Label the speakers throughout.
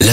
Speaker 1: la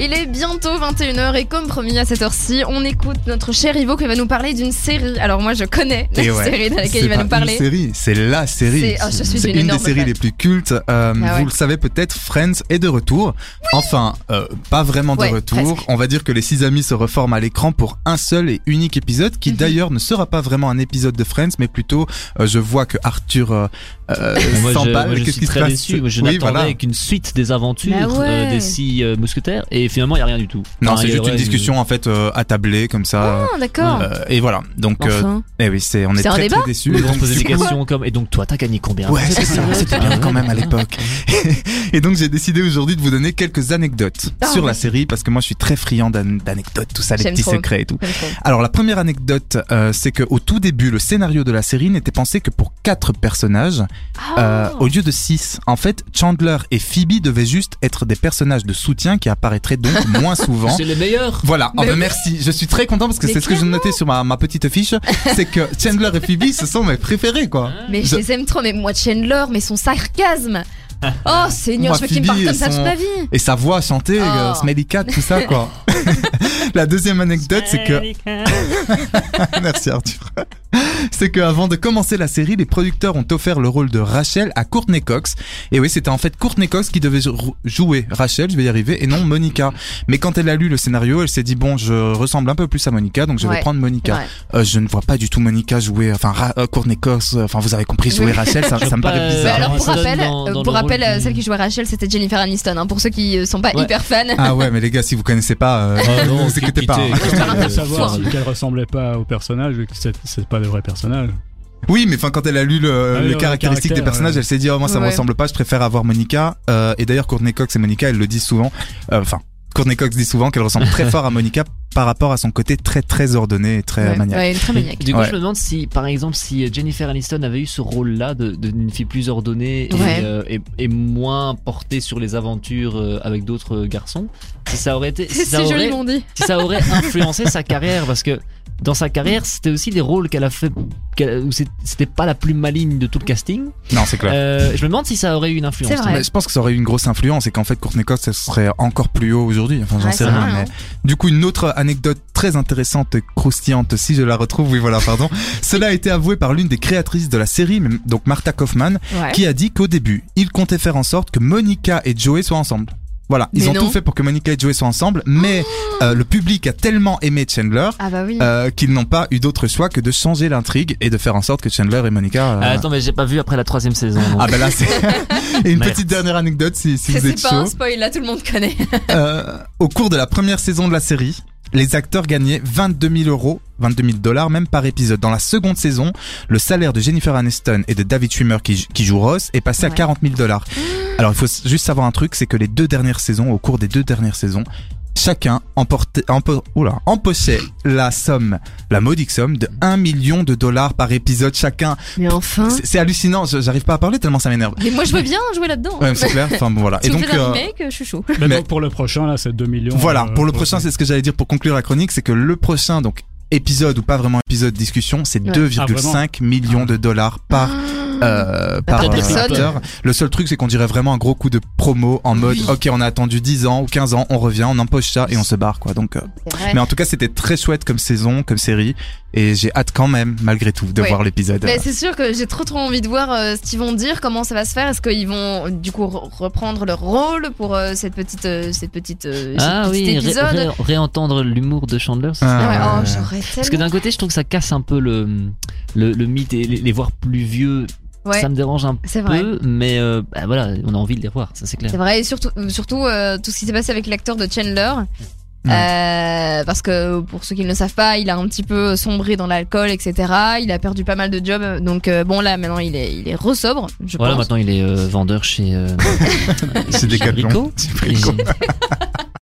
Speaker 2: Il est bientôt 21h et comme promis à cette heure-ci, on écoute notre cher Ivo qui va nous parler d'une série. Alors moi je connais la
Speaker 3: Et ouais,
Speaker 2: série de laquelle
Speaker 3: c'est
Speaker 2: il va
Speaker 3: pas
Speaker 2: nous parler.
Speaker 3: Une série, c'est la série.
Speaker 2: C'est- ah, je suis une
Speaker 3: C'est une, des
Speaker 2: énorme
Speaker 3: séries
Speaker 2: fan. Ah
Speaker 3: les plus cultes. Euh,
Speaker 2: ouais.
Speaker 3: Vous le savez peut-être, Friends est de retour. Enfin, euh, pas vraiment de
Speaker 2: Ouais,
Speaker 3: retour.
Speaker 2: presque.
Speaker 3: On va dire que les six amis se reforment à l'écran pour un seul et unique épisode, qui
Speaker 2: Mhm.
Speaker 3: d'ailleurs ne sera pas vraiment un épisode de Friends, mais plutôt, euh, je vois que Arthur euh, euh,
Speaker 4: Moi, je,
Speaker 3: s'emballe.
Speaker 4: moi, je
Speaker 3: Qu'est-ce
Speaker 4: suis
Speaker 3: qui se
Speaker 4: très
Speaker 3: passe
Speaker 4: déçu. Moi, je
Speaker 3: Oui,
Speaker 4: n'attendais
Speaker 3: voilà.
Speaker 4: qu'une suite des aventures
Speaker 2: Bah ouais.
Speaker 4: euh, des six euh, mousquetaires et finalement il n'y a rien du tout.
Speaker 3: Non,
Speaker 4: Enfin,
Speaker 3: c'est
Speaker 4: Ah, il y a
Speaker 3: juste une
Speaker 4: ouais,
Speaker 3: discussion en fait euh, attablée comme ça.
Speaker 2: Ah, d'accord.
Speaker 3: Euh, et voilà. Donc, euh,
Speaker 2: Enfin.
Speaker 3: eh oui, c'est on est,
Speaker 2: C'est un
Speaker 3: très,
Speaker 2: débat
Speaker 3: très déçus.
Speaker 4: Mais
Speaker 3: Et
Speaker 4: on se
Speaker 3: donc,
Speaker 4: posait
Speaker 3: c'est
Speaker 4: des
Speaker 3: quoi
Speaker 4: questions comme et donc toi t'as gagné
Speaker 2: Hein.
Speaker 4: combien
Speaker 3: Ouais, c'est ça, c'était bien quand même à l'époque. Et donc j'ai décidé aujourd'hui de vous donner quelques anecdotes
Speaker 2: Ah,
Speaker 3: sur
Speaker 2: oui.
Speaker 3: la série parce que moi je suis très friand d'an- d'anecdotes, tout ça, les
Speaker 2: J'aime
Speaker 3: petits
Speaker 2: trop.
Speaker 3: secrets et tout.
Speaker 2: J'aime trop.
Speaker 3: Alors la première anecdote, euh, c'est que au tout début, le scénario de la série n'était pensé que pour quatre personnages euh,
Speaker 2: Ah.
Speaker 3: au lieu de six. En fait, Chandler et Phoebe devaient juste être des personnages de soutien qui apparaîtraient donc moins souvent.
Speaker 4: C'est le meilleur.
Speaker 3: Voilà, Ah
Speaker 2: Mais
Speaker 3: bah
Speaker 2: oui.
Speaker 3: merci, je suis très content parce que
Speaker 2: Mais
Speaker 3: c'est ce que je notais sur ma, ma petite fiche, c'est que Chandler et Phoebe, ce sont mes préférés quoi.
Speaker 2: Mais je
Speaker 3: Je-
Speaker 2: les aime trop, mais moi Chandler, mais son sarcasme. Oh Seigneur,
Speaker 3: Moi,
Speaker 2: je veux qu'il me
Speaker 3: Phoebe
Speaker 2: parle
Speaker 3: et
Speaker 2: comme ça toute
Speaker 3: son-
Speaker 2: ma vie.
Speaker 3: Et sa voix chantée,
Speaker 2: Oh.
Speaker 3: euh, Smelly Cat, tout ça, quoi. la deuxième anecdote, c'est que. Merci Arthur. C'est que avant de commencer la série, les producteurs ont offert le rôle de Rachel à Courtney Cox. Et oui, c'était en fait Courtney Cox qui devait jou- jouer Rachel, je vais y arriver, et non Monica. Mais quand elle a lu le scénario, elle s'est dit bon, je ressemble un peu plus à Monica, donc je
Speaker 2: Ouais.
Speaker 3: vais prendre Monica.
Speaker 2: Ouais.
Speaker 3: Euh, je ne vois pas du tout Monica jouer, enfin Ra- euh, Courtney Cox. euh, Enfin, vous avez compris, jouer
Speaker 2: Oui.
Speaker 3: Rachel, ça,
Speaker 4: Je
Speaker 3: ça me
Speaker 4: vois pas,
Speaker 3: paraît
Speaker 4: euh,
Speaker 2: Mais
Speaker 3: bizarre.
Speaker 2: alors pour
Speaker 4: Aniston
Speaker 2: rappel,
Speaker 4: dans-
Speaker 2: euh,
Speaker 4: dans
Speaker 2: pour
Speaker 4: le
Speaker 2: rappel,
Speaker 4: rôle
Speaker 2: euh,
Speaker 4: du-
Speaker 2: celle qui jouait Rachel, c'était Jennifer Aniston. hein, pour ceux qui euh, sont pas
Speaker 4: Ouais.
Speaker 2: hyper fans.
Speaker 3: Ah ouais, mais les gars, si vous connaissez pas, euh, ne vous écoutez pas. hein.
Speaker 2: Euh,
Speaker 5: Euh, savoir
Speaker 2: fou,
Speaker 5: si- qu'elle ressemblait pas au personnage, vu que c'est c'est pas le vrai personnage.
Speaker 3: Oui, mais enfin quand elle a lu le-
Speaker 5: Ah
Speaker 3: les
Speaker 5: oui, ouais,
Speaker 3: caractéristiques
Speaker 5: caractère,
Speaker 3: des personnages,
Speaker 5: ouais.
Speaker 3: elle s'est dit oh, moi ça me
Speaker 2: Ouais.
Speaker 3: ressemble pas, je préfère avoir Monica. Euh, et d'ailleurs Courtney Cox et Monica, elles le disent souvent. euh, Enfin, Courtney Cox dit souvent qu'elle ressemble très fort à Monica par rapport à son côté très très ordonné et très
Speaker 2: Ouais,
Speaker 3: maniaque.
Speaker 2: ouais, une très maniaque.
Speaker 4: Du coup,
Speaker 3: Ouais.
Speaker 4: je me demande si, par exemple, si euh, Jennifer Aniston avait eu ce rôle-là de- de- d'une fille plus ordonnée et,
Speaker 2: Ouais.
Speaker 4: euh, et, et moins portée sur les aventures euh, avec d'autres garçons, si ça aurait été, si
Speaker 2: C'est
Speaker 4: ça aurait,
Speaker 2: joliment dit.
Speaker 4: si ça aurait influencé sa carrière, parce que dans sa carrière, c'était aussi des rôles qu'elle a fait qu'elle- où c'est- c'était pas la plus maligne de tout le casting.
Speaker 3: Non, c'est clair.
Speaker 4: Euh, je me demande si ça aurait eu une influence.
Speaker 2: C'est vrai.
Speaker 3: Mais je pense que ça aurait eu une grosse influence et qu'en fait Courtney Cox elle serait encore plus haut aujourd'hui. Enfin, j'en
Speaker 2: Ouais, c'est
Speaker 3: sais rien.
Speaker 2: vrai,
Speaker 3: mais-
Speaker 2: hein.
Speaker 3: Du coup, une autre anecdote très intéressante, et croustillante, si je la retrouve. Oui, voilà, pardon. Cela a été avoué par l'une des créatrices de la série, donc Martha Kaufman,
Speaker 2: Ouais.
Speaker 3: qui a dit qu'au début, il comptait faire en sorte que Monica et Joey soient ensemble. Voilà, ils
Speaker 2: Mais
Speaker 3: ont
Speaker 2: non.
Speaker 3: tout fait pour que Monica et Joey soient ensemble, mais euh, le public a tellement aimé Chandler
Speaker 2: Ah bah oui.
Speaker 3: euh, qu'ils n'ont pas eu d'autre choix que de changer l'intrigue et de faire en sorte que Chandler et Monica... euh,
Speaker 4: Ah, attends, mais j'ai pas vu après la troisième saison. donc.
Speaker 3: Ah bah là c'est... et une
Speaker 4: Merde.
Speaker 3: petite dernière anecdote si, si
Speaker 2: C'est
Speaker 3: vous êtes
Speaker 2: c'est pas un
Speaker 3: chaud.
Speaker 2: spoil, là tout le monde connaît.
Speaker 3: Euh, au cours de la première saison de la série, les acteurs gagnaient 22 000 euros, 22 000 dollars même par épisode. Dans la seconde saison, le salaire de Jennifer Aniston et de David Schwimmer qui, qui joue Ross est passé
Speaker 2: Ouais.
Speaker 3: à 40 000 dollars. Alors il faut s- juste savoir un truc, c'est que les deux dernières saisons, au cours des deux dernières saisons, chacun emportait, empo- oula, empochait la somme, la modique somme de 1 million de dollars par épisode chacun.
Speaker 2: Mais enfin.
Speaker 3: C'est- C'est hallucinant, je- j'arrive pas à parler tellement ça m'énerve.
Speaker 2: Mais moi je veux bien jouer là-dedans.
Speaker 3: Ouais, mais c'est clair. Enfin bon, voilà.
Speaker 2: Si vous faites un
Speaker 3: euh,
Speaker 2: remake, je suis chaud.
Speaker 5: Mais,
Speaker 3: Mais-
Speaker 5: donc pour le prochain, là, c'est 2 millions.
Speaker 3: Voilà,
Speaker 5: euh,
Speaker 3: pour le prochain,
Speaker 5: ouais.
Speaker 3: c'est ce que j'allais dire pour conclure la chronique, c'est que le prochain, donc épisode ou pas vraiment épisode discussion, c'est
Speaker 2: Ouais. Ah.
Speaker 3: 2,5 millions de dollars par Ah. euh, par
Speaker 2: Par
Speaker 3: euh,
Speaker 2: personne.
Speaker 3: acteur. Le seul truc, c'est qu'on dirait vraiment un gros coup de promo en mode,
Speaker 2: Oui.
Speaker 3: ok, on a attendu 10 ans ou 15 ans, on revient, on empoche ça et on se barre, quoi. Donc, euh,
Speaker 2: C'est vrai.
Speaker 3: mais en tout cas, c'était très chouette comme saison, comme série, et j'ai hâte quand même, malgré tout, de
Speaker 2: Ouais.
Speaker 3: voir l'épisode.
Speaker 2: Mais c'est sûr que j'ai trop trop envie de voir euh, ce qu'ils vont dire, comment ça va se faire. Est-ce qu'ils vont euh, du coup re- reprendre leur rôle pour euh, cette petite, euh, cette petite, euh,
Speaker 4: Ah
Speaker 2: ce petit
Speaker 4: oui, ré-
Speaker 2: épisode
Speaker 4: ré- réentendre l'humour de Chandler. c'est
Speaker 3: Ah,
Speaker 2: Ouais,
Speaker 4: ça
Speaker 2: oh,
Speaker 3: ouais.
Speaker 2: j'aurais
Speaker 4: Parce que
Speaker 2: tellement.
Speaker 4: d'un côté, je trouve que ça casse un peu le, le, le mythe et les, les voir plus vieux,
Speaker 2: Ouais,
Speaker 4: ça me dérange un
Speaker 2: c'est vrai.
Speaker 4: peu, mais euh, bah voilà, on a envie de les voir, ça c'est clair.
Speaker 2: C'est vrai, et surtout, euh, surtout euh, tout ce qui s'est passé avec l'acteur de Chandler. Euh, parce que pour ceux qui ne le savent pas, il a un petit peu sombré dans l'alcool, etc. Il a perdu pas mal de jobs. Donc euh, bon, là maintenant, il est, il est re-sobre, je
Speaker 4: Voilà,
Speaker 2: pense.
Speaker 4: maintenant il est euh, vendeur chez. euh,
Speaker 3: C'est
Speaker 4: chez
Speaker 3: Decathlon.
Speaker 4: Brico.
Speaker 3: J'ai pris le coup.
Speaker 4: Et-